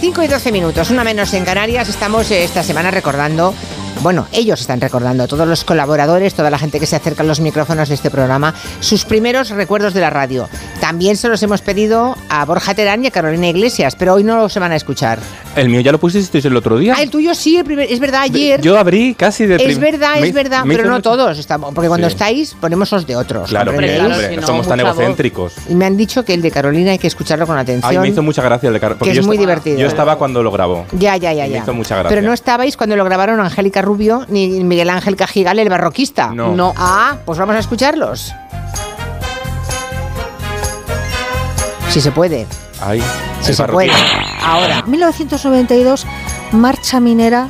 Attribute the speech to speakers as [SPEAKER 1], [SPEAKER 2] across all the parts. [SPEAKER 1] 5 y 12 minutos, una menos en Canarias. Estamos eh, esta semana recordando, bueno, ellos están recordando, todos los colaboradores, toda la gente que se acerca a los micrófonos de este programa, sus primeros recuerdos de la radio. También se los hemos pedido a Borja Terán y a Carolina Iglesias, pero hoy no los van a escuchar.
[SPEAKER 2] El mío ya lo pusisteis el otro día.
[SPEAKER 1] Ah, el tuyo sí, el primer- es verdad, ayer.
[SPEAKER 2] Yo abrí casi de
[SPEAKER 1] es
[SPEAKER 2] prim-
[SPEAKER 1] verdad,
[SPEAKER 2] me-
[SPEAKER 1] es verdad,
[SPEAKER 2] me
[SPEAKER 1] pero
[SPEAKER 2] hizo
[SPEAKER 1] no
[SPEAKER 2] mucho-
[SPEAKER 1] todos. Estamos, porque cuando
[SPEAKER 2] Sí.
[SPEAKER 1] estáis, ponemos los de otros.
[SPEAKER 2] Claro,
[SPEAKER 1] ¿comprendéis?
[SPEAKER 2] hombre,
[SPEAKER 3] claro,
[SPEAKER 2] hombre,
[SPEAKER 3] si
[SPEAKER 2] no
[SPEAKER 3] no,
[SPEAKER 2] somos tan
[SPEAKER 3] mucha voz.
[SPEAKER 2] egocéntricos.
[SPEAKER 1] Y me han dicho que el de Carolina hay que escucharlo con atención.
[SPEAKER 2] Ay, me hizo mucha gracia el de Carlos.
[SPEAKER 1] Que es muy divertido.
[SPEAKER 2] Yo estaba cuando lo grabó.
[SPEAKER 1] Ya, ya, ya,
[SPEAKER 2] Me
[SPEAKER 1] ya.
[SPEAKER 2] hizo mucha gracia.
[SPEAKER 1] Pero no estabais cuando lo grabaron Angélica Rubio ni Miguel Ángel Cajigal, el barroquista.
[SPEAKER 2] No.
[SPEAKER 3] No.
[SPEAKER 1] Ah, pues vamos a escucharlos. Si se puede,
[SPEAKER 2] Ay,
[SPEAKER 1] si
[SPEAKER 2] el
[SPEAKER 1] se
[SPEAKER 2] barroquín.
[SPEAKER 1] puede. Ahora.
[SPEAKER 4] 1992, marcha minera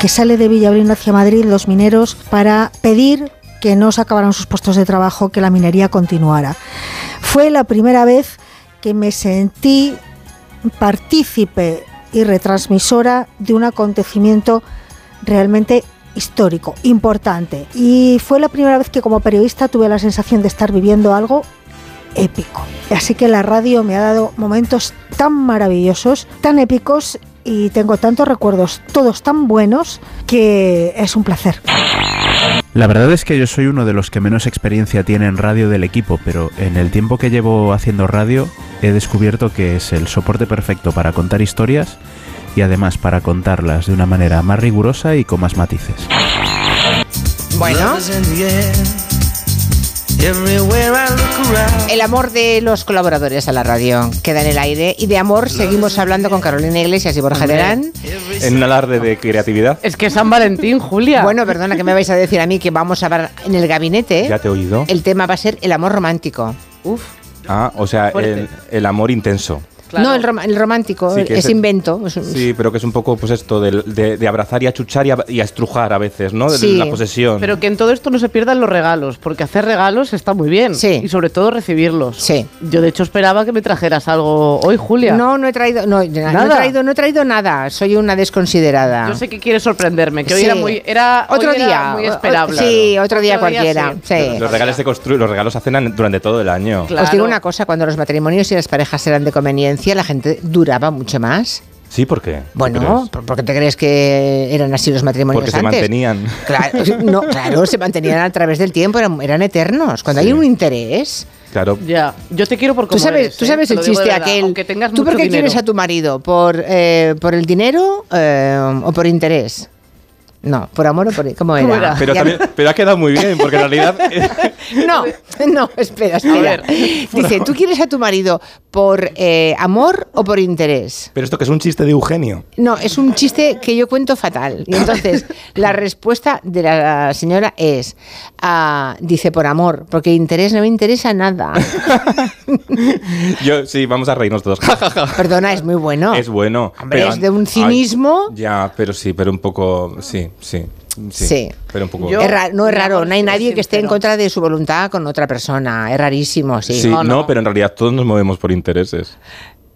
[SPEAKER 4] que sale de Villablino hacia Madrid, los mineros, para pedir que no se acabaran sus puestos de trabajo, que la minería continuara. Fue la primera vez que me sentí partícipe y retransmisora de un acontecimiento realmente histórico, importante. Y fue la primera vez que como periodista tuve la sensación de estar viviendo algo épico. Así que la radio me ha dado momentos tan maravillosos, tan épicos y tengo tantos recuerdos, todos tan buenos, que es un placer.
[SPEAKER 5] La verdad es que yo soy uno de los que menos experiencia tiene en radio del equipo, pero en el tiempo que llevo haciendo radio he descubierto que es el soporte perfecto para contar historias y además para contarlas de una manera más rigurosa y con más matices.
[SPEAKER 1] Bueno, el amor de los colaboradores a la radio queda en el aire. Y de amor seguimos hablando con Carolina Iglesias y Borja
[SPEAKER 3] Hombre.
[SPEAKER 1] Terán.
[SPEAKER 2] En un alarde de creatividad.
[SPEAKER 3] Es que es San Valentín, Julia.
[SPEAKER 1] Bueno, perdona que me vais a decir a mí que vamos a hablar en el gabinete.
[SPEAKER 2] Ya te he oído.
[SPEAKER 1] ¿Eh? El tema va a ser el amor romántico.
[SPEAKER 3] Uf,
[SPEAKER 2] Ah, o sea,
[SPEAKER 3] Fuerte.
[SPEAKER 2] el, el amor intenso.
[SPEAKER 3] claro.
[SPEAKER 1] No, el, rom- el romántico
[SPEAKER 2] Sí, que
[SPEAKER 1] es,
[SPEAKER 2] es el-
[SPEAKER 1] invento. es un-
[SPEAKER 2] Sí, pero que es un poco pues esto del- de, de abrazar y achuchar y a, y a estrujar a veces, ¿no? De
[SPEAKER 1] Sí.
[SPEAKER 2] La posesión.
[SPEAKER 3] Pero que en todo esto no se pierdan los regalos, porque hacer regalos está muy bien.
[SPEAKER 1] Sí.
[SPEAKER 3] Y sobre todo recibirlos.
[SPEAKER 1] Sí.
[SPEAKER 3] Yo de hecho esperaba que me trajeras algo hoy, Julia.
[SPEAKER 1] No, no he traído, no, no he
[SPEAKER 3] Nada.
[SPEAKER 1] traído, no he traído nada. Soy una desconsiderada.
[SPEAKER 3] Yo sé que quieres sorprenderme, que hoy
[SPEAKER 1] Sí.
[SPEAKER 3] era muy. Era, hoy
[SPEAKER 1] otro
[SPEAKER 3] era
[SPEAKER 1] día,
[SPEAKER 3] muy
[SPEAKER 1] o-
[SPEAKER 3] esperable.
[SPEAKER 1] Sí, otro día
[SPEAKER 3] Otro día
[SPEAKER 1] cualquiera.
[SPEAKER 3] sí.
[SPEAKER 1] sí.
[SPEAKER 2] los regalos se construyen, los regalos se hacen durante todo el año.
[SPEAKER 3] Claro.
[SPEAKER 1] Os digo una cosa, cuando los matrimonios y las parejas eran de conveniencia, la gente duraba mucho más.
[SPEAKER 2] Sí, ¿por qué? ¿Qué
[SPEAKER 1] Bueno,
[SPEAKER 2] crees?
[SPEAKER 1] ¿por por qué te crees que eran así los matrimonios
[SPEAKER 2] porque se
[SPEAKER 1] antes?
[SPEAKER 2] mantenían.
[SPEAKER 1] Claro, no, claro, se mantenían a través del tiempo, eran, eran eternos. Cuando
[SPEAKER 2] Sí.
[SPEAKER 1] hay un interés,
[SPEAKER 2] Claro.
[SPEAKER 3] Ya, yo te quiero por
[SPEAKER 1] tú
[SPEAKER 3] como
[SPEAKER 1] sabes,
[SPEAKER 3] eres,
[SPEAKER 1] tú
[SPEAKER 3] ¿eh?
[SPEAKER 1] sabes
[SPEAKER 3] Te
[SPEAKER 1] el
[SPEAKER 3] lo digo de
[SPEAKER 1] chiste
[SPEAKER 3] verdad,
[SPEAKER 1] aquel.
[SPEAKER 3] Aunque tengas
[SPEAKER 1] ¿Tú por
[SPEAKER 3] mucho
[SPEAKER 1] qué
[SPEAKER 3] dinero.
[SPEAKER 1] quieres a tu marido? ¿Por, eh, por el dinero eh, o por interés? No, por amor o por... ¿Cómo era?
[SPEAKER 3] ¿Cómo era?
[SPEAKER 2] Pero,
[SPEAKER 1] Ah, Ya-
[SPEAKER 2] también, pero ha quedado muy bien, porque en realidad
[SPEAKER 1] No, no, espera, espera.
[SPEAKER 3] ver.
[SPEAKER 1] Dice, ¿tú quieres a tu marido por eh, amor o por interés?
[SPEAKER 2] Pero esto que es un chiste de Eugenio.
[SPEAKER 1] No, es un chiste que yo cuento fatal. Y entonces, la respuesta de la señora es, ah, dice, por amor, porque interés no me interesa nada.
[SPEAKER 2] Yo, sí, vamos a reírnos todos. Ja, ja, ja.
[SPEAKER 1] Perdona, es muy bueno.
[SPEAKER 2] Es bueno.
[SPEAKER 1] Hombre,
[SPEAKER 2] pero-
[SPEAKER 1] es de un
[SPEAKER 2] ay,
[SPEAKER 1] cinismo.
[SPEAKER 2] ya, pero sí, pero un poco. Sí, sí. Sí.
[SPEAKER 1] Sí.
[SPEAKER 2] Pero un poco.
[SPEAKER 3] Yo-
[SPEAKER 1] Es ra- no es
[SPEAKER 3] Mi
[SPEAKER 1] raro,
[SPEAKER 3] amor,
[SPEAKER 1] no hay
[SPEAKER 3] es
[SPEAKER 1] nadie que esté en
[SPEAKER 3] sincero.
[SPEAKER 1] contra de su voluntad con otra persona. Es rarísimo, sí.
[SPEAKER 2] sí,
[SPEAKER 3] no,
[SPEAKER 2] no,
[SPEAKER 3] no.
[SPEAKER 2] pero en realidad todos nos movemos por intereses.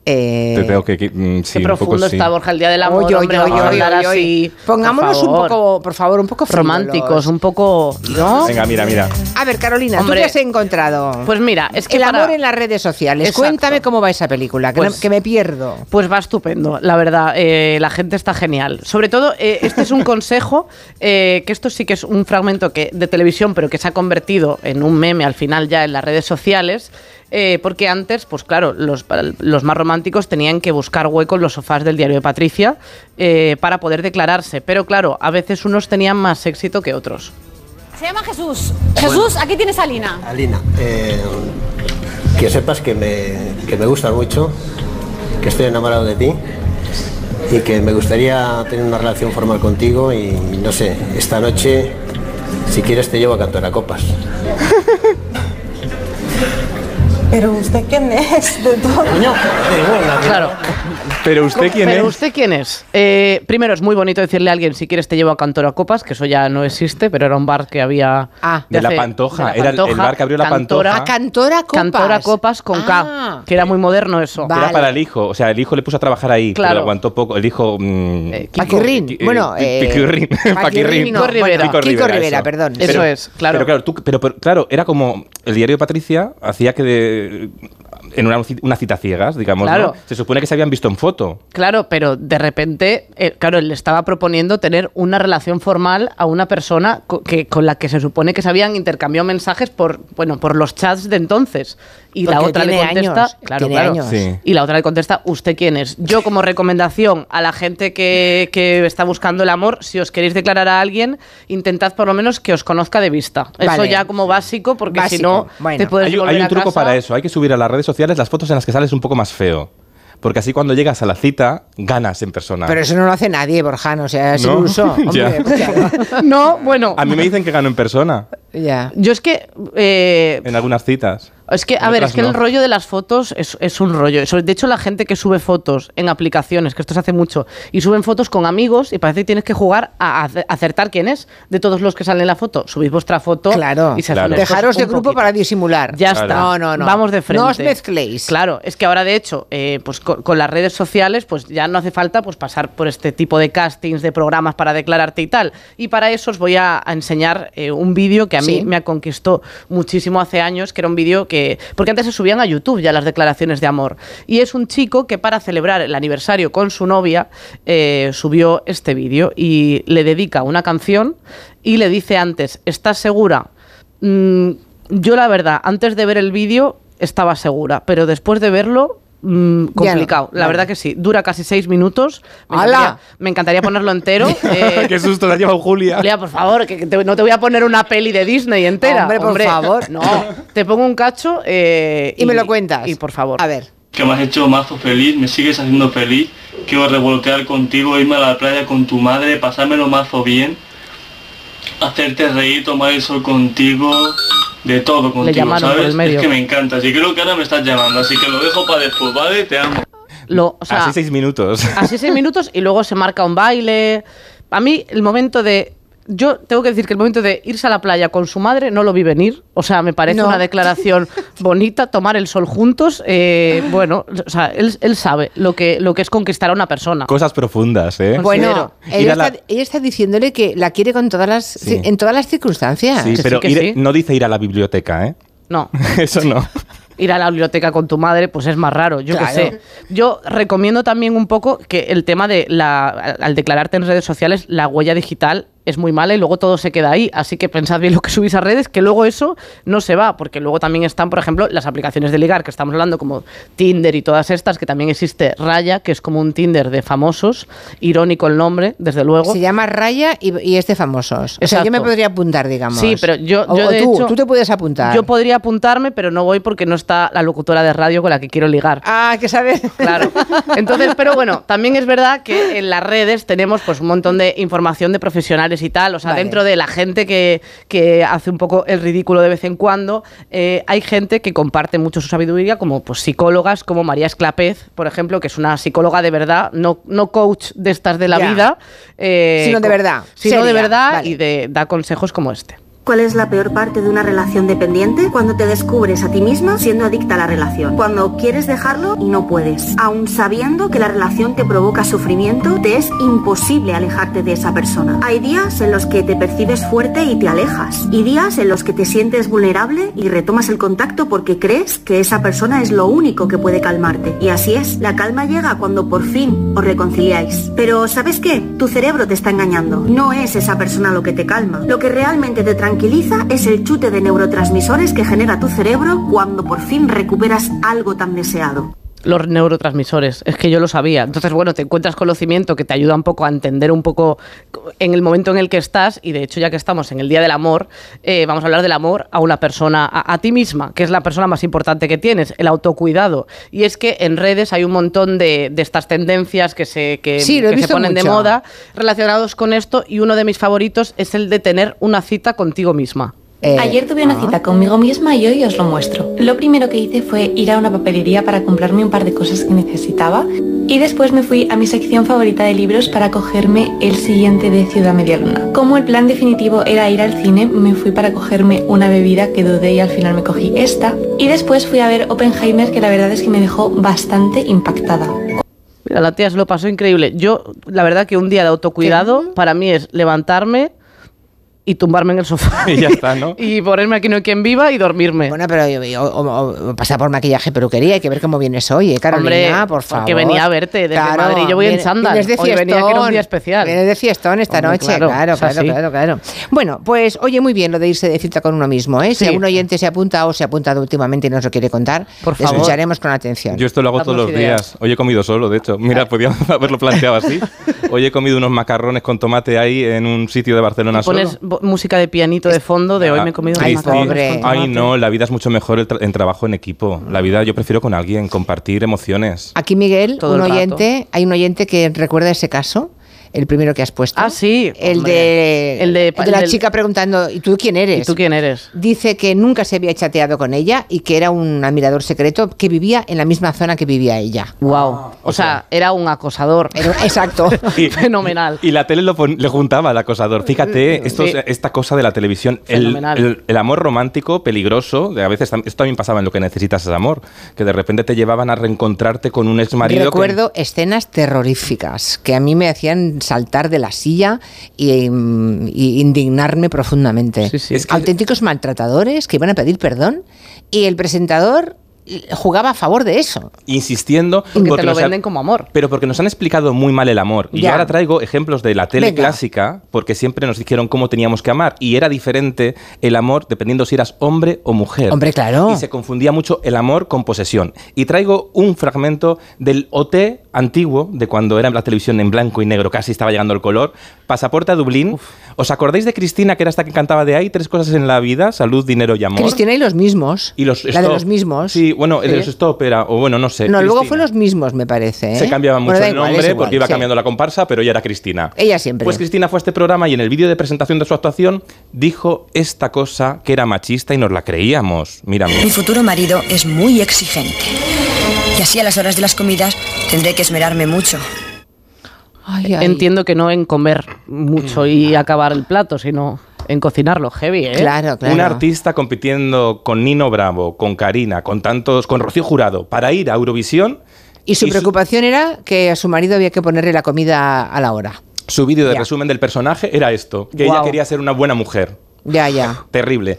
[SPEAKER 1] Eh,
[SPEAKER 2] Te tengo que. que- mm, sí,
[SPEAKER 3] Qué
[SPEAKER 2] un poco
[SPEAKER 3] profundo
[SPEAKER 2] sí.
[SPEAKER 3] está Borja el día del amor.
[SPEAKER 1] oye,
[SPEAKER 3] hombre,
[SPEAKER 1] oye,
[SPEAKER 3] vamos a
[SPEAKER 1] oye,
[SPEAKER 3] hablar
[SPEAKER 1] oye, oye.
[SPEAKER 3] así, por
[SPEAKER 1] Pongámonos un
[SPEAKER 3] favor.
[SPEAKER 1] poco, por favor, un poco frívolos.
[SPEAKER 3] románticos, un poco.
[SPEAKER 1] ¿No?
[SPEAKER 2] Venga, mira, mira.
[SPEAKER 1] A ver, Carolina,
[SPEAKER 3] Hombre,
[SPEAKER 1] tú qué has encontrado.
[SPEAKER 3] Pues mira, es que
[SPEAKER 1] el amor
[SPEAKER 3] para-
[SPEAKER 1] en las redes sociales.
[SPEAKER 3] Exacto.
[SPEAKER 1] Cuéntame cómo va esa película, que, no-
[SPEAKER 3] Pues-
[SPEAKER 1] que me pierdo.
[SPEAKER 3] Pues va estupendo, la verdad. eh, la gente está genial. Sobre todo, eh, este es un consejo, eh, que esto sí que es un fragmento que, de televisión, pero que se ha convertido en un meme al final ya en las redes sociales. eh, porque antes, pues claro, los, los más románticos tenían que buscar hueco en los sofás del diario de Patricia eh, para poder declararse. Pero claro, a veces unos tenían más éxito que otros.
[SPEAKER 6] Se llama Jesús. Jesús, aquí tienes a Lina.
[SPEAKER 7] Alina, eh, que sepas que me, que me gustas mucho, que estoy enamorado de ti y que me gustaría tener una relación formal contigo y no sé, esta noche, si quieres te llevo a cantar a copas.
[SPEAKER 8] Pero usted quién es de todo.
[SPEAKER 7] Coño, da igual, la-
[SPEAKER 3] Claro.
[SPEAKER 2] Pero usted quién
[SPEAKER 3] ¿Pero
[SPEAKER 2] es.
[SPEAKER 3] usted quién es? Eh, primero, es muy bonito decirle a alguien, si quieres te llevo a Cantora Copas, que eso ya no existe, pero era un bar que había...
[SPEAKER 1] Ah.
[SPEAKER 2] De la Pantoja, era el- el bar que abrió la
[SPEAKER 3] Cantora,
[SPEAKER 1] A
[SPEAKER 2] Pantoja.
[SPEAKER 1] Cantora Copas.
[SPEAKER 3] ¿Ah? Cantora Copas con
[SPEAKER 1] Ah.
[SPEAKER 3] K, que era muy moderno eso.
[SPEAKER 1] Va.
[SPEAKER 2] Era
[SPEAKER 1] Vale.
[SPEAKER 2] para el hijo. O sea, el hijo le puso a trabajar ahí. Claro.
[SPEAKER 3] Claro.
[SPEAKER 2] Pero aguantó poco. El hijo. mm,
[SPEAKER 3] Eh, Kiko.
[SPEAKER 1] Paquirrín.
[SPEAKER 2] Qui- eh,
[SPEAKER 1] bueno,
[SPEAKER 2] Pi-
[SPEAKER 1] eh,
[SPEAKER 2] Piquirrín. Paquirrín.
[SPEAKER 1] no,
[SPEAKER 3] Kiko Rivera.
[SPEAKER 1] bueno, Kiko Rivera,
[SPEAKER 2] eso.
[SPEAKER 1] perdón.
[SPEAKER 3] Eso es, claro.
[SPEAKER 2] Pero claro, tú- pero, pero, claro, era como el diario de Patricia hacía que de- en una, ci- una cita ciegas, digamos.
[SPEAKER 3] Claro.
[SPEAKER 2] ¿no? Se supone que se habían visto en foto.
[SPEAKER 3] Claro, pero de repente, eh, claro, él le estaba proponiendo tener una relación formal a una persona co- que, con la que se supone que se habían intercambiado mensajes por, bueno, por los chats de entonces. Y la
[SPEAKER 1] Porque
[SPEAKER 3] otra le
[SPEAKER 1] tiene
[SPEAKER 3] contesta,
[SPEAKER 1] años,
[SPEAKER 3] claro,
[SPEAKER 1] tiene
[SPEAKER 3] claro.
[SPEAKER 1] años.
[SPEAKER 2] Sí.
[SPEAKER 3] Y la otra le contesta, ¿usted quién es? Yo como recomendación a la gente que, que está buscando el amor, si os queréis declarar a alguien, intentad por lo menos que os conozca de vista. Eso
[SPEAKER 1] Vale.
[SPEAKER 3] ya como básico, porque
[SPEAKER 1] Básico,
[SPEAKER 3] si no,
[SPEAKER 1] bueno.
[SPEAKER 3] te puedes
[SPEAKER 2] Hay, un-
[SPEAKER 3] volver
[SPEAKER 2] hay un
[SPEAKER 3] a
[SPEAKER 2] truco
[SPEAKER 3] casa.
[SPEAKER 2] para eso. Hay que subir a las redes sociales las fotos en las que sales un poco más feo. Porque así cuando llegas a la cita, ganas en persona.
[SPEAKER 1] Pero eso no lo hace nadie, Borjano, o sea, es
[SPEAKER 2] ¿No?
[SPEAKER 1] iluso. Hombre,
[SPEAKER 2] Ya.
[SPEAKER 1] escucha,
[SPEAKER 3] No, bueno.
[SPEAKER 2] A mí me dicen que gano en persona,
[SPEAKER 1] ya.
[SPEAKER 3] Yo es que eh,
[SPEAKER 2] en algunas citas.
[SPEAKER 3] Es que, a
[SPEAKER 2] En
[SPEAKER 3] ver,
[SPEAKER 2] otras
[SPEAKER 3] es que
[SPEAKER 2] no.
[SPEAKER 3] el rollo de las fotos es, es un rollo. Eso- De hecho, la gente que sube fotos en aplicaciones, que esto se hace mucho, y suben fotos con amigos, y parece que tienes que jugar a ac- acertar quién es de todos los que salen en la foto. Subís vuestra foto
[SPEAKER 1] Claro.
[SPEAKER 3] y se
[SPEAKER 2] Claro.
[SPEAKER 3] hacen estos
[SPEAKER 1] Dejaros de
[SPEAKER 3] un
[SPEAKER 1] grupo
[SPEAKER 3] poquito.
[SPEAKER 1] para disimular.
[SPEAKER 3] Ya
[SPEAKER 2] Claro.
[SPEAKER 3] está.
[SPEAKER 1] No, no, no.
[SPEAKER 3] Vamos de frente.
[SPEAKER 1] No os mezcléis.
[SPEAKER 3] Claro, es que ahora de hecho, eh, pues co- con, las redes sociales, pues ya no hace falta pues pasar por este tipo de castings, de programas para declararte y tal. Y para eso os voy a, a enseñar eh, un vídeo que a mí
[SPEAKER 1] Sí.
[SPEAKER 3] me conquistó muchísimo hace años, que era un vídeo que... Porque antes se subían a YouTube ya las declaraciones de amor. Y es un chico que para celebrar el aniversario con su novia eh, subió este vídeo y le dedica una canción y le dice antes, ¿estás segura? Mm, yo la verdad, antes de ver el vídeo estaba segura, pero después de verlo...
[SPEAKER 1] Ya
[SPEAKER 3] mm,
[SPEAKER 1] no,
[SPEAKER 3] complicado, la
[SPEAKER 1] vale.
[SPEAKER 3] verdad que sí. Dura casi seis minutos. Me
[SPEAKER 1] ¡Hala!
[SPEAKER 3] encantaría, me encantaría ponerlo entero. eh,
[SPEAKER 2] ¡Qué susto te ha llevado Julia!
[SPEAKER 3] Lea, por favor, que que te- no te voy a poner una peli de Disney entera.
[SPEAKER 1] Hombre, por favor.
[SPEAKER 3] No, te pongo un cacho eh,
[SPEAKER 1] Y, me lo cuentas.
[SPEAKER 3] Y por favor.
[SPEAKER 1] A ver.
[SPEAKER 9] que me has hecho mazo feliz, me sigues haciendo feliz, quiero revoltear contigo, irme a la playa con tu madre, pasármelo mazo bien, hacerte reír, tomar el sol contigo, de todo contigo,
[SPEAKER 3] llamaron por
[SPEAKER 9] ¿sabes?
[SPEAKER 3] el medio.
[SPEAKER 9] Es que me encantas y creo que ahora me estás llamando, así que lo dejo para después, ¿vale? Te amo.
[SPEAKER 3] Lo, o sea, Ah,
[SPEAKER 2] Así seis minutos.
[SPEAKER 3] así seis minutos y luego se marca un baile. A mí el momento de... Yo tengo que decir que el momento de irse a la playa con su madre no lo vi venir. O sea, me parece
[SPEAKER 1] No.
[SPEAKER 3] una declaración bonita, tomar el sol juntos. eh, bueno, o sea, él, él sabe lo que, lo que es conquistar a una persona.
[SPEAKER 2] Cosas profundas, ¿eh?
[SPEAKER 3] Pues
[SPEAKER 1] Bueno,
[SPEAKER 2] Ir
[SPEAKER 1] ella
[SPEAKER 2] a la-
[SPEAKER 1] está, ella está diciéndole que la quiere con todas las,
[SPEAKER 2] Sí.
[SPEAKER 1] en todas las circunstancias.
[SPEAKER 2] Sí,
[SPEAKER 3] que sí,
[SPEAKER 2] pero
[SPEAKER 3] que
[SPEAKER 2] ir-
[SPEAKER 3] sí.
[SPEAKER 2] no dice ir a la biblioteca, ¿eh?
[SPEAKER 3] No.
[SPEAKER 2] Eso no.
[SPEAKER 3] ir a la biblioteca con tu madre, pues es más raro, yo
[SPEAKER 1] Claro.
[SPEAKER 3] qué sé. Yo recomiendo también un poco que el tema de la al- al declararte en redes sociales, la huella digital es muy mala y luego todo se queda ahí. Así que pensad bien lo que subís a redes, que luego eso no se va, porque luego también están, por ejemplo, las aplicaciones de ligar, que estamos hablando como Tinder y todas estas, que también existe Raya, que es como un Tinder de famosos, irónico el nombre, desde luego.
[SPEAKER 1] Se llama Raya y, y es de famosos. O sea, yo
[SPEAKER 3] Exacto.
[SPEAKER 1] me podría apuntar, digamos.
[SPEAKER 3] Sí, pero yo,
[SPEAKER 1] O-
[SPEAKER 3] yo
[SPEAKER 1] o
[SPEAKER 3] de
[SPEAKER 1] tú,
[SPEAKER 3] hecho-
[SPEAKER 1] tú te puedes apuntar.
[SPEAKER 3] Yo podría apuntarme, pero no voy porque no está la locutora de radio con la que quiero ligar.
[SPEAKER 1] Ah, que sabes.
[SPEAKER 3] Claro. Entonces, pero bueno, también es verdad que en las redes tenemos pues un montón de información de profesionales y tal. O sea,
[SPEAKER 1] Vale.
[SPEAKER 3] dentro de la gente que, que hace un poco el ridículo de vez en cuando, eh, hay gente que comparte mucho su sabiduría, como pues psicólogas, como María Esclapez, por ejemplo, que es una psicóloga de verdad, no, no coach de estas de la
[SPEAKER 1] Ya.
[SPEAKER 3] vida. eh,
[SPEAKER 1] Sino de
[SPEAKER 3] co-
[SPEAKER 1] verdad,
[SPEAKER 3] Sino de
[SPEAKER 1] seria,
[SPEAKER 3] verdad
[SPEAKER 1] vale.
[SPEAKER 3] y de, da consejos como este.
[SPEAKER 10] ¿Cuál es la peor parte de una relación dependiente? Cuando te descubres a ti misma siendo adicta a la relación. Cuando quieres dejarlo y no puedes. Aun sabiendo que la relación te provoca sufrimiento, te es imposible alejarte de esa persona. Hay días en los que te percibes fuerte y te alejas. Y días en los que te sientes vulnerable y retomas el contacto porque crees que esa persona es lo único que puede calmarte. Y así es, la calma llega cuando por fin os reconciliáis. Pero ¿sabes qué? Tu cerebro te está engañando. No es esa persona lo que te calma. Lo que realmente te tranquiliza es el chute de neurotransmisores que genera tu cerebro cuando por fin recuperas algo tan deseado.
[SPEAKER 3] los neurotransmisores. Es que yo lo sabía. Entonces, bueno, te encuentras conocimiento que te ayuda un poco a entender un poco en el momento en el que estás. Y de hecho, ya que estamos en el Día del Amor, eh, vamos a hablar del amor a una persona, a, a ti misma, que es la persona más importante que tienes, el autocuidado. Y es que en redes hay un montón de, de estas tendencias que se, que,
[SPEAKER 1] Sí, lo he
[SPEAKER 3] que se
[SPEAKER 1] visto
[SPEAKER 3] ponen de
[SPEAKER 1] mucho.
[SPEAKER 3] moda relacionados con esto. Y uno de mis favoritos es el de tener una cita contigo misma.
[SPEAKER 1] Eh,
[SPEAKER 11] Ayer tuve una
[SPEAKER 1] ah.
[SPEAKER 11] cita conmigo misma y hoy os lo muestro. Lo primero que hice fue ir a una papelería para comprarme un par de cosas que necesitaba y después me fui a mi sección favorita de libros para cogerme el siguiente de Ciudad Medialuna. Como el plan definitivo era ir al cine, me fui para cogerme una bebida que dudé y al final me cogí esta. Y después fui a ver Oppenheimer que la verdad es que me dejó bastante impactada.
[SPEAKER 3] Mira, la tía se lo pasó increíble. Yo, la verdad que un día de autocuidado para mí es levantarme, y tumbarme en el sofá.
[SPEAKER 2] Y ya está, ¿no?
[SPEAKER 3] y ponerme aquí no hay quien viva y dormirme.
[SPEAKER 1] Bueno, pero o, o- o pasar por maquillaje peluquería, hay que ver cómo vienes hoy, ¿eh, Carolina,
[SPEAKER 3] Hombre,
[SPEAKER 1] por favor.
[SPEAKER 3] porque venía a verte desde Madrid. Yo voy en
[SPEAKER 1] viene-
[SPEAKER 3] chándal.
[SPEAKER 1] vienes de
[SPEAKER 3] Hoy venía que era un
[SPEAKER 1] fiestón.
[SPEAKER 3] día especial.
[SPEAKER 1] Vienes de fiestón esta
[SPEAKER 3] Hombre,
[SPEAKER 1] noche,
[SPEAKER 3] claro,
[SPEAKER 1] claro, claro,
[SPEAKER 3] es así.
[SPEAKER 1] claro, claro, Bueno, pues oye, muy bien lo de irse de cita con uno mismo, ¿eh? Si
[SPEAKER 3] Sí.
[SPEAKER 1] algún oyente se apunta o se ha apuntado últimamente y nos lo quiere contar,
[SPEAKER 3] Por
[SPEAKER 1] le
[SPEAKER 3] favor.
[SPEAKER 1] escucharemos con atención.
[SPEAKER 2] Yo esto lo hago
[SPEAKER 1] Damos
[SPEAKER 2] todos los
[SPEAKER 1] ideas.
[SPEAKER 2] días. Hoy he comido solo, de hecho. Mira, podíamos haberlo planteado así. Hoy he comido unos macarrones con tomate ahí en un sitio de Barcelona
[SPEAKER 3] Y pones
[SPEAKER 2] solo.
[SPEAKER 3] bo- música de pianito de fondo de hoy me he comido
[SPEAKER 2] Ay,
[SPEAKER 3] unos
[SPEAKER 2] sí.
[SPEAKER 3] macarrones con
[SPEAKER 2] Ay,
[SPEAKER 3] tomate.
[SPEAKER 2] no, la vida es mucho mejor el tra- en trabajo en equipo. La vida yo prefiero con alguien, compartir emociones.
[SPEAKER 1] Aquí, Miguel,
[SPEAKER 2] Todo
[SPEAKER 1] un
[SPEAKER 2] el rato.
[SPEAKER 1] oyente, hay un oyente que recuerda ese caso. El primero que has puesto. Ah,
[SPEAKER 3] sí.
[SPEAKER 1] El
[SPEAKER 3] hombre.
[SPEAKER 1] de,
[SPEAKER 3] El de-
[SPEAKER 1] el de la
[SPEAKER 3] el del-
[SPEAKER 1] chica preguntando, ¿y tú quién eres?
[SPEAKER 3] ¿Y tú quién eres?
[SPEAKER 1] Dice que nunca se había chateado con ella y que era un admirador secreto que vivía en la misma zona que vivía ella.
[SPEAKER 3] Wow. O sea, era un acosador.
[SPEAKER 1] exacto.
[SPEAKER 3] Fenomenal.
[SPEAKER 2] Ah, Y la tele lo pon- le juntaba al acosador. Fíjate, esto es-
[SPEAKER 3] Sí.
[SPEAKER 2] esta cosa de la televisión, el,
[SPEAKER 3] Fenomenal.
[SPEAKER 2] el- el amor romántico peligroso, de a veces tam- esto también pasaba en lo que necesitas es amor, que de repente te llevaban a reencontrarte con un ex marido.
[SPEAKER 1] Recuerdo escenas terroríficas que a mí me hacían saltar de la silla y, mm, y indignarme profundamente. Auténticos maltratadores que iban a pedir perdón y el presentador jugaba a favor de eso.
[SPEAKER 2] insistiendo
[SPEAKER 3] Porque te lo
[SPEAKER 2] nos ha-
[SPEAKER 3] venden como amor.
[SPEAKER 2] Pero porque nos han explicado muy mal el amor. Y
[SPEAKER 3] Ya.
[SPEAKER 2] yo ahora traigo ejemplos de la tele
[SPEAKER 3] Venga.
[SPEAKER 2] clásica, porque siempre nos dijeron cómo teníamos que amar. Y era diferente el amor dependiendo si eras hombre o mujer.
[SPEAKER 1] Hombre, claro.
[SPEAKER 2] Y se confundía mucho el amor con posesión. Y traigo un fragmento del OT antiguo, de cuando era la televisión en blanco y negro, casi estaba llegando el color. Pasaporte a Dublín. ¿Os acordáis de Cristina, que era esta que cantaba de ahí? Tres cosas en la vida, salud, dinero y amor.
[SPEAKER 1] Cristina y los mismos.
[SPEAKER 2] Y los
[SPEAKER 1] la de
[SPEAKER 2] stop.
[SPEAKER 1] los mismos.
[SPEAKER 2] Sí, bueno, el de
[SPEAKER 1] Sí.
[SPEAKER 2] los stop era, o bueno, no sé.
[SPEAKER 1] no, luego
[SPEAKER 2] Cristina.
[SPEAKER 1] fue los mismos, me parece. ¿eh?
[SPEAKER 2] Se cambiaba
[SPEAKER 1] Bueno,
[SPEAKER 2] mucho
[SPEAKER 1] da
[SPEAKER 2] el
[SPEAKER 1] igual,
[SPEAKER 2] nombre
[SPEAKER 1] es igual,
[SPEAKER 2] porque iba
[SPEAKER 1] sí.
[SPEAKER 2] cambiando la comparsa, pero ella era Cristina.
[SPEAKER 1] Ella siempre.
[SPEAKER 2] Pues Cristina fue a este programa y en el vídeo de presentación de su actuación dijo esta cosa que era machista y nos la creíamos. Mírame.
[SPEAKER 12] Mi futuro marido es muy exigente. Y así a las horas de las comidas tendré que esmerarme mucho.
[SPEAKER 3] Entiendo que no en comer mucho
[SPEAKER 2] Mm.
[SPEAKER 3] y acabar el plato, sino en cocinarlo heavy, ¿eh?
[SPEAKER 1] Ah,
[SPEAKER 2] Un artista compitiendo con Nino Bravo, con Karina, con tantos, con Rocío Jurado, para ir a Eurovisión.
[SPEAKER 1] Y su preocupación era que a su marido había que ponerle la comida a la hora.
[SPEAKER 2] Su vídeo de resumen del personaje era esto, que ella
[SPEAKER 1] Guau.
[SPEAKER 2] quería ser una buena mujer.
[SPEAKER 1] Ya, ya.
[SPEAKER 2] Terrible.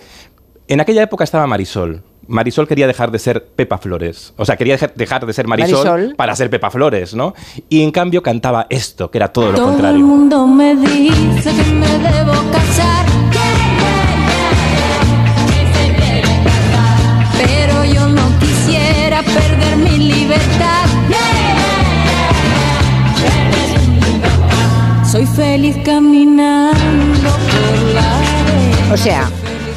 [SPEAKER 2] En aquella época estaba Marisol. Marisol quería dejar de ser Pepa Flores. O sea, quería dejar- dejar de ser Marisol,
[SPEAKER 13] Marisol.
[SPEAKER 2] para ser Pepa Flores, ¿no? Y en cambio cantaba esto, que era todo lo
[SPEAKER 13] el
[SPEAKER 2] contrario.
[SPEAKER 13] mundo me dice que me debo casar. Pero yo no quisiera perder mi libertad. Soy feliz caminando por la
[SPEAKER 1] O sea,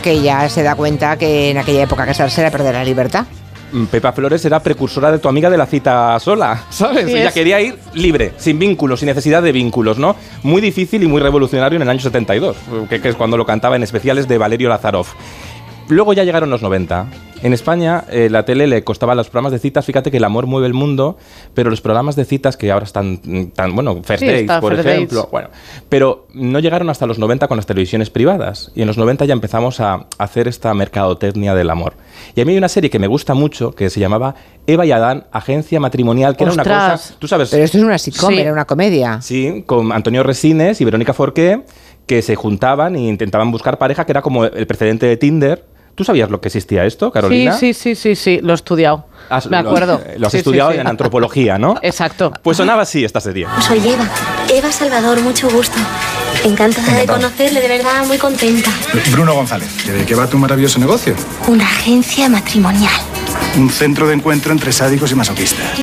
[SPEAKER 1] que ya se da cuenta que en aquella época casarse era perder la libertad.
[SPEAKER 2] mm, Pepa Flores era precursora de tu amiga de la cita sola, ¿sabes?
[SPEAKER 1] Sí,
[SPEAKER 2] Ella
[SPEAKER 1] es.
[SPEAKER 2] quería ir libre, sin vínculos, sin necesidad de vínculos, ¿no? Muy difícil y muy revolucionario en el año 72, que, que es cuando lo cantaba en especiales de Valerio Lazaroff. Luego ya llegaron los 90. En España eh, la tele le costaba a los programas de citas, fíjate que el amor mueve el mundo, pero los programas de citas que ahora están mm, tan, bueno, Fair
[SPEAKER 3] Sí,
[SPEAKER 2] Dates,
[SPEAKER 3] está
[SPEAKER 2] por
[SPEAKER 3] Fair
[SPEAKER 2] ejemplo,
[SPEAKER 3] Dates.
[SPEAKER 2] bueno, pero no llegaron hasta los 90 con las televisiones privadas y en los 90 ya empezamos a hacer esta mercadotecnia del amor. Y a mí hay una serie que me gusta mucho que se llamaba Eva y Adán, agencia matrimonial, que era una
[SPEAKER 1] Ostras.
[SPEAKER 2] cosa, tú sabes,
[SPEAKER 1] Pero esto es una sitcom,
[SPEAKER 2] Sí.
[SPEAKER 1] era una comedia.
[SPEAKER 2] Sí, con Antonio Resines y Verónica Forqué, que se juntaban e intentaban buscar pareja, que era como el precedente de Tinder. ¿Tú sabías lo que existía esto, Carolina?
[SPEAKER 3] Sí, sí, sí, sí, sí, lo he estudiado.
[SPEAKER 2] Has-
[SPEAKER 3] Me
[SPEAKER 2] lo-
[SPEAKER 3] acuerdo.
[SPEAKER 2] Lo has
[SPEAKER 3] Sí, sí,
[SPEAKER 2] estudiado
[SPEAKER 3] sí.
[SPEAKER 2] en antropología, ¿no?
[SPEAKER 3] Exacto.
[SPEAKER 2] Pues sonaba así esta serie.
[SPEAKER 14] Soy Eva. Eva Salvador, mucho gusto. Encantada de conocerle, de verdad, muy contenta.
[SPEAKER 15] Bruno González, ¿de qué va tu maravilloso negocio?
[SPEAKER 14] Una agencia matrimonial.
[SPEAKER 15] Un centro de encuentro entre sádicos y masoquistas.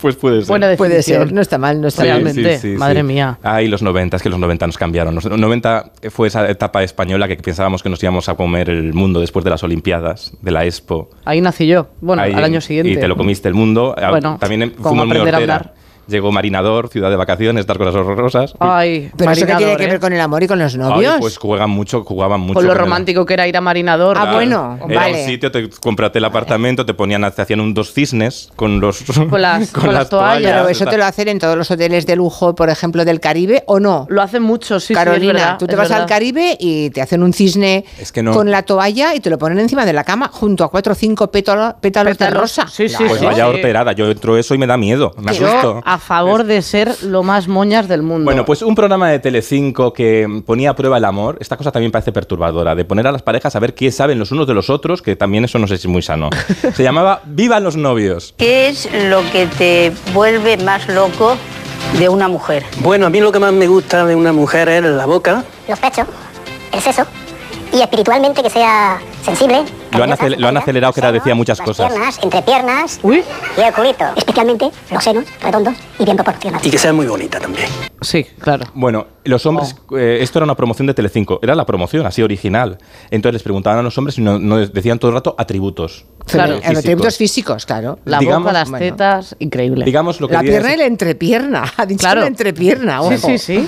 [SPEAKER 2] Pues puede ser.
[SPEAKER 3] Buena
[SPEAKER 1] Puede
[SPEAKER 3] definición.
[SPEAKER 1] ser, no está mal, no está
[SPEAKER 2] Sí,
[SPEAKER 1] mal.
[SPEAKER 2] sí, sí, sí. Ay, los 90, es que los 90 nos cambiaron. Los 90 fue esa etapa española que pensábamos que nos íbamos a comer el mundo después de las Olimpiadas, de la Expo.
[SPEAKER 3] Ahí nací yo. Bueno,
[SPEAKER 2] Ahí,
[SPEAKER 3] al año siguiente.
[SPEAKER 2] Y te lo comiste el mundo. Ah,
[SPEAKER 3] Bueno,
[SPEAKER 2] También em-
[SPEAKER 3] como
[SPEAKER 2] fuimos muy
[SPEAKER 3] aprender a
[SPEAKER 2] hortera.
[SPEAKER 3] hablar.
[SPEAKER 2] Llegó Marinador, Ciudad de Vacaciones, estas cosas horrorosas.
[SPEAKER 3] Ay,
[SPEAKER 1] Pero eso que
[SPEAKER 3] Marinador,
[SPEAKER 1] tiene que
[SPEAKER 3] ¿eh?
[SPEAKER 1] ver con el amor y con los
[SPEAKER 2] Ay,
[SPEAKER 1] novios.
[SPEAKER 2] pues juegan mucho, jugaban mucho.
[SPEAKER 3] Con lo
[SPEAKER 2] el-
[SPEAKER 3] romántico Ah, que era ir a Marinador.
[SPEAKER 1] Ah,
[SPEAKER 2] Claro, Era un sitio, te compraste el apartamento, te ponían, te hacían un dos cisnes con los... Con
[SPEAKER 3] las- con las toallas.
[SPEAKER 1] Pero eso
[SPEAKER 2] está-
[SPEAKER 1] te lo hacen en todos los hoteles de lujo, por ejemplo, del Caribe, ¿o no?
[SPEAKER 3] Lo hacen mucho, sí, sí, es
[SPEAKER 1] Carolina,
[SPEAKER 3] verdad,
[SPEAKER 1] tú te
[SPEAKER 3] es
[SPEAKER 1] vas
[SPEAKER 3] verdad.
[SPEAKER 1] al Caribe y te hacen un cisne
[SPEAKER 2] Es que no-
[SPEAKER 1] con la toalla y te lo ponen encima de la cama junto a cuatro o cinco pétalo- pétalos, de rosa.
[SPEAKER 2] pues vaya horterada, yo entro eso y me da miedo, me
[SPEAKER 1] Yo
[SPEAKER 2] asusto.
[SPEAKER 1] a
[SPEAKER 3] a favor de ser lo más moñas del mundo.
[SPEAKER 2] Bueno, pues un programa de Telecinco que ponía a prueba el amor, esta cosa también parece perturbadora, de poner a las parejas a ver qué saben los unos de los otros, que también eso no sé si es muy sano. Se llamaba Vivan los novios.
[SPEAKER 16] ¿Qué es lo que te vuelve más loco de una mujer?
[SPEAKER 17] Bueno, a mí lo que más me gusta de una mujer es la boca.
[SPEAKER 18] Los pechos, el seso. Y espiritualmente que sea sensible.
[SPEAKER 2] Lo han, acel- lo han acelerado que era decía muchas cosas.
[SPEAKER 18] Piernas, entre piernas y el culito. Especialmente los senos redondos y bien proporcionados.
[SPEAKER 17] Y que sea muy bonita también.
[SPEAKER 3] Sí, claro.
[SPEAKER 2] Bueno, los hombres, eh, esto era una promoción de Telecinco, era la promoción así original. Entonces les preguntaban a los hombres y no, no decían todo el rato atributos.
[SPEAKER 1] Claro,
[SPEAKER 2] eh, físicos.
[SPEAKER 1] atributos físicos, claro.
[SPEAKER 2] La boca, Digamos- las
[SPEAKER 1] Bueno.
[SPEAKER 3] tetas, increíble.
[SPEAKER 2] Digamos lo que
[SPEAKER 1] La
[SPEAKER 2] diría
[SPEAKER 1] pierna y
[SPEAKER 2] es-
[SPEAKER 1] la entrepierna. Ha dicho
[SPEAKER 3] Claro.
[SPEAKER 1] la entrepierna, ojo.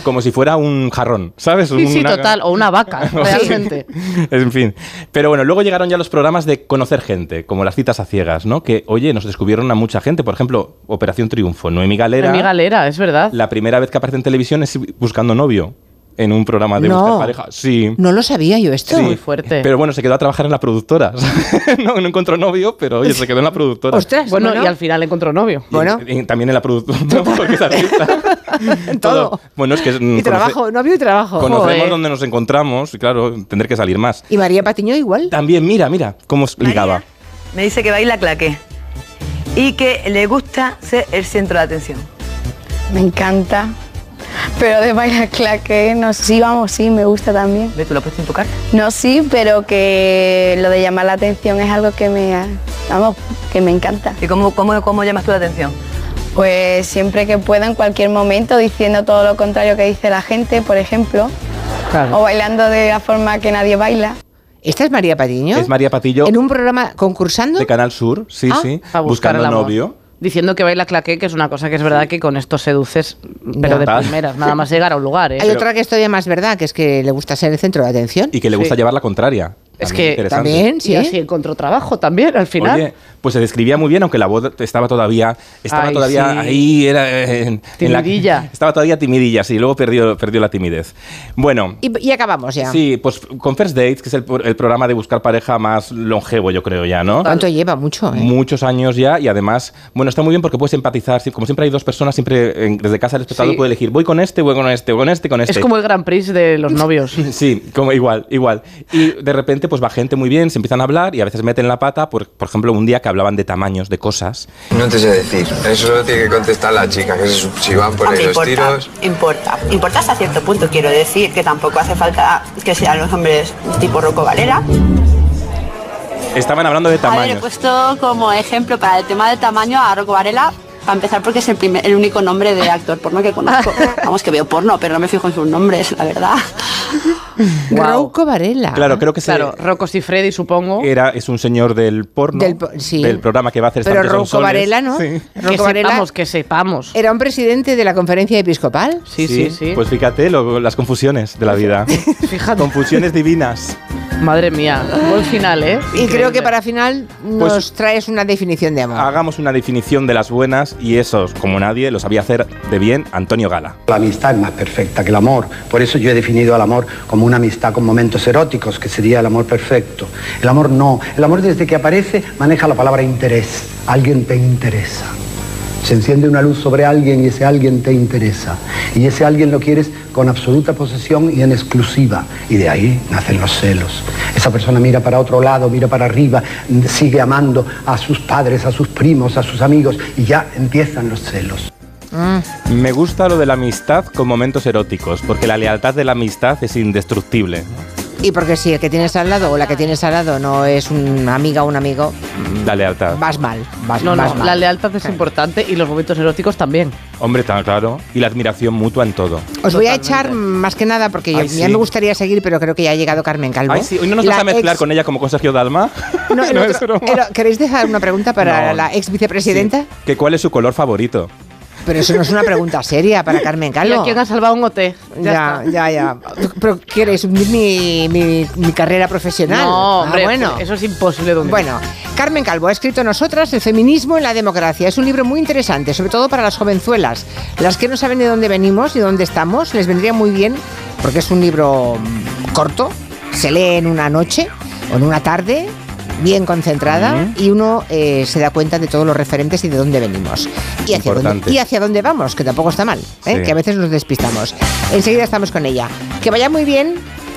[SPEAKER 2] Como si fuera un jarrón, ¿sabes?
[SPEAKER 3] Sí, sí,
[SPEAKER 2] Una-
[SPEAKER 3] total. O una vaca, realmente.
[SPEAKER 2] En fin. Pero bueno, luego llegaron ya los programas de conocer gente, como las citas a ciegas, ¿no? Que, oye, nos descubrieron a mucha gente. Por ejemplo, Operación Triunfo. Noemi Galera,
[SPEAKER 3] Mi galera, es verdad.
[SPEAKER 2] la primera vez que aparece en televisión es buscando novio en un programa de
[SPEAKER 1] No.
[SPEAKER 2] buscar pareja. Sí.
[SPEAKER 1] No lo sabía yo esto.
[SPEAKER 2] Sí. Pero bueno, se quedó a trabajar en la productora. ¿sabes? no, no encontró novio, pero oye, se quedó en la productora.
[SPEAKER 3] bueno,
[SPEAKER 2] bueno.
[SPEAKER 3] y al final encontró novio.
[SPEAKER 2] Y- y también en la productora. porque es artista. Todo. Bueno, es que. es-
[SPEAKER 1] Y
[SPEAKER 2] Mm, conoce-
[SPEAKER 1] trabajo, novio y trabajo.
[SPEAKER 2] Conocemos
[SPEAKER 1] Joder.
[SPEAKER 2] dónde nos encontramos y claro, tendré que salir más.
[SPEAKER 1] Y María Patiño igual.
[SPEAKER 2] También, mira, mira, cómo ligaba.
[SPEAKER 19] Me dice que baila claque y que le gusta ser el centro de atención.
[SPEAKER 20] Me encanta. Pero de bailar claque, no sé. Sí, vamos, sí, me gusta también.
[SPEAKER 19] ¿Ve, tú lo has puesto en tu carta?
[SPEAKER 20] No, sí, pero que lo de llamar la atención es algo que me, ha- vamos, que me encanta.
[SPEAKER 19] ¿Y cómo, cómo, cómo llamas tú la atención?
[SPEAKER 20] Pues siempre que pueda, en cualquier momento, diciendo todo lo contrario que dice la gente, por ejemplo. O bailando de la forma que nadie baila.
[SPEAKER 1] ¿Esta es María Patiño?
[SPEAKER 2] Es María Patillo
[SPEAKER 1] ¿En un programa concursando?
[SPEAKER 2] de Canal Sur, sí,
[SPEAKER 1] Ah,
[SPEAKER 2] sí,
[SPEAKER 3] a buscar
[SPEAKER 2] buscando
[SPEAKER 3] el amor.
[SPEAKER 2] novio.
[SPEAKER 3] Diciendo que baila claqué, que es una cosa que es verdad que con esto seduces, pero de
[SPEAKER 2] Total.
[SPEAKER 3] primeras, nada más llegar a un lugar. ¿eh?
[SPEAKER 1] Hay otra que es todavía más verdad, que es que le gusta ser el centro de atención.
[SPEAKER 2] Y que le gusta
[SPEAKER 1] Sí.
[SPEAKER 2] llevar la contraria.
[SPEAKER 3] Es
[SPEAKER 2] También
[SPEAKER 3] que
[SPEAKER 2] interesante.
[SPEAKER 3] Y así encontró trabajo también al final.
[SPEAKER 2] Oye, pues se describía muy bien, aunque la voz estaba todavía, estaba
[SPEAKER 3] Ay,
[SPEAKER 2] todavía
[SPEAKER 3] sí.
[SPEAKER 2] ahí, era eh, en- en la-
[SPEAKER 3] Timidilla.
[SPEAKER 2] estaba todavía timidilla, sí, luego perdió, perdió la timidez. Bueno,
[SPEAKER 1] Y, y acabamos ya.
[SPEAKER 2] sí, pues con First Dates, que es el, por- el programa de buscar pareja más longevo, yo creo ya, ¿no?
[SPEAKER 1] ¿Cuánto lleva? Mucho, ¿eh?
[SPEAKER 2] muchos años ya y además, bueno, está muy bien porque puedes empatizar. sí, Como siempre hay dos personas, siempre en- desde casa el espectador
[SPEAKER 3] Sí.
[SPEAKER 2] puede elegir, voy con este, voy con este, voy con este, con este.
[SPEAKER 3] Es como el Grand Prix de los novios.
[SPEAKER 2] Sí, como igual, igual. Y de repente pues va gente muy bien, se empiezan a hablar y a veces meten la pata, por, por ejemplo, un día que hablaban de tamaños, de cosas.
[SPEAKER 21] No te sé decir. Eso lo tiene que contestar la chica, que se- si van por ahí
[SPEAKER 22] Hombre,
[SPEAKER 21] los
[SPEAKER 22] importa,
[SPEAKER 21] tiros.
[SPEAKER 22] importa. Importa hasta cierto punto, quiero decir, que tampoco hace falta que sean los hombres tipo Rocco Valera.
[SPEAKER 2] Estaban hablando de
[SPEAKER 16] A ver, he
[SPEAKER 2] tamaños.
[SPEAKER 1] pues,
[SPEAKER 16] puesto como ejemplo para el tema del tamaño a Rocco Varela, para empezar porque es el, primer- el único nombre de actor porno que conozco. Vamos, que veo porno, pero no me fijo en sus nombres, la verdad.
[SPEAKER 1] Rocco Varela.
[SPEAKER 2] Claro, creo que se-
[SPEAKER 3] Claro, Rocco y Freddy, supongo.
[SPEAKER 2] Era, es un señor del porno,
[SPEAKER 1] Del
[SPEAKER 2] del,
[SPEAKER 1] po- sí.
[SPEAKER 2] programa que va a hacer
[SPEAKER 1] Pero
[SPEAKER 2] Santos
[SPEAKER 1] Rocco
[SPEAKER 2] Sonsoles.
[SPEAKER 1] Varela, ¿no?
[SPEAKER 2] Sí.
[SPEAKER 1] Rocco
[SPEAKER 3] que
[SPEAKER 1] Varela Eh,
[SPEAKER 3] sepamos, que sepamos.
[SPEAKER 1] era un presidente de la conferencia episcopal.
[SPEAKER 2] Pues fíjate lo- las confusiones de la vida.
[SPEAKER 3] Fíjate.
[SPEAKER 2] Confusiones divinas.
[SPEAKER 3] Madre mía, buen final, ¿eh?
[SPEAKER 1] Y creo que para final nos
[SPEAKER 2] Pues- Ah.
[SPEAKER 1] traes una definición de amor.
[SPEAKER 2] Hagamos una definición de las buenas y eso, como nadie, lo sabía hacer de bien Antonio Gala.
[SPEAKER 23] La amistad es más perfecta que el amor. Por eso yo he definido al amor como una amistad con momentos eróticos, que sería el amor perfecto. El amor no. El amor desde que aparece maneja la palabra interés. Alguien te interesa. Se enciende una luz sobre alguien y ese alguien te interesa. Y ese alguien lo quieres con absoluta posesión y en exclusiva. Y de ahí nacen los celos. Esa persona mira para otro lado, mira para arriba, mm, sigue amando a sus padres, a sus primos, a sus amigos y ya empiezan los celos.
[SPEAKER 2] Me gusta lo de la amistad con momentos eróticos, porque la lealtad de la amistad es indestructible.
[SPEAKER 1] Y porque si el que tienes al lado o la que tienes al lado no es una amiga o un amigo,
[SPEAKER 2] La lealtad.
[SPEAKER 1] vas mal. Vas,
[SPEAKER 3] No,
[SPEAKER 1] vas
[SPEAKER 3] no,
[SPEAKER 1] mal.
[SPEAKER 3] la lealtad es importante y los momentos eróticos también.
[SPEAKER 2] Hombre, tan claro. Y la admiración mutua en todo.
[SPEAKER 1] Os voy a echar más que nada porque yo-
[SPEAKER 2] Ay,
[SPEAKER 1] ya
[SPEAKER 2] sí.
[SPEAKER 1] me gustaría seguir, pero creo que ya ha llegado Carmen Calvo.
[SPEAKER 2] Ay, sí, hoy no nos vas
[SPEAKER 1] La
[SPEAKER 2] a mezclar
[SPEAKER 1] ex-
[SPEAKER 2] con ella como con Sergio Dalma.
[SPEAKER 1] No, el otro- el- ¿Queréis dejar una pregunta para
[SPEAKER 2] No.
[SPEAKER 1] la ex vicepresidenta?
[SPEAKER 2] ¿Que ¿Cuál es su color favorito?
[SPEAKER 1] Pero eso no es una pregunta seria para Carmen
[SPEAKER 3] ¿Y a
[SPEAKER 1] Calvo.
[SPEAKER 3] quién ha salvado un OT?
[SPEAKER 1] Ya,
[SPEAKER 3] está.
[SPEAKER 1] ya, ya. Pero quieres hundir mi, mi- mi carrera profesional.
[SPEAKER 3] No,
[SPEAKER 1] Ah,
[SPEAKER 3] hombre,
[SPEAKER 1] bueno.
[SPEAKER 3] eso es imposible de hundir.
[SPEAKER 1] Bueno, Carmen Calvo ha escrito Nosotras, el feminismo en la democracia. Es un libro muy interesante, sobre todo para las jovenzuelas. Las que no saben de dónde venimos y dónde estamos, les vendría muy bien, porque es un libro mm, corto, se lee en una noche o en una tarde, bien concentrada y uno eh, se da cuenta de todos los referentes y de dónde venimos. Y hacia, dónde,
[SPEAKER 24] Importante.
[SPEAKER 1] y hacia dónde vamos, que tampoco está mal, ¿eh?
[SPEAKER 24] Sí.
[SPEAKER 1] que a veces nos despistamos. Enseguida estamos con ella. Que vaya muy bien.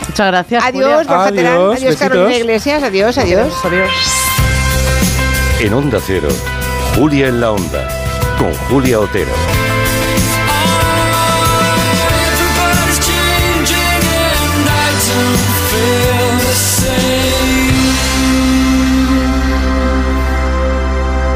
[SPEAKER 3] Muchas gracias.
[SPEAKER 1] Adiós,
[SPEAKER 2] Julia.
[SPEAKER 1] Borja Terán.
[SPEAKER 2] Adiós,
[SPEAKER 1] Adiós, Carolina
[SPEAKER 2] besitos.
[SPEAKER 1] Iglesias. Adiós, adiós.
[SPEAKER 2] En Onda Cero, Julia en la Onda, con Julia Otero.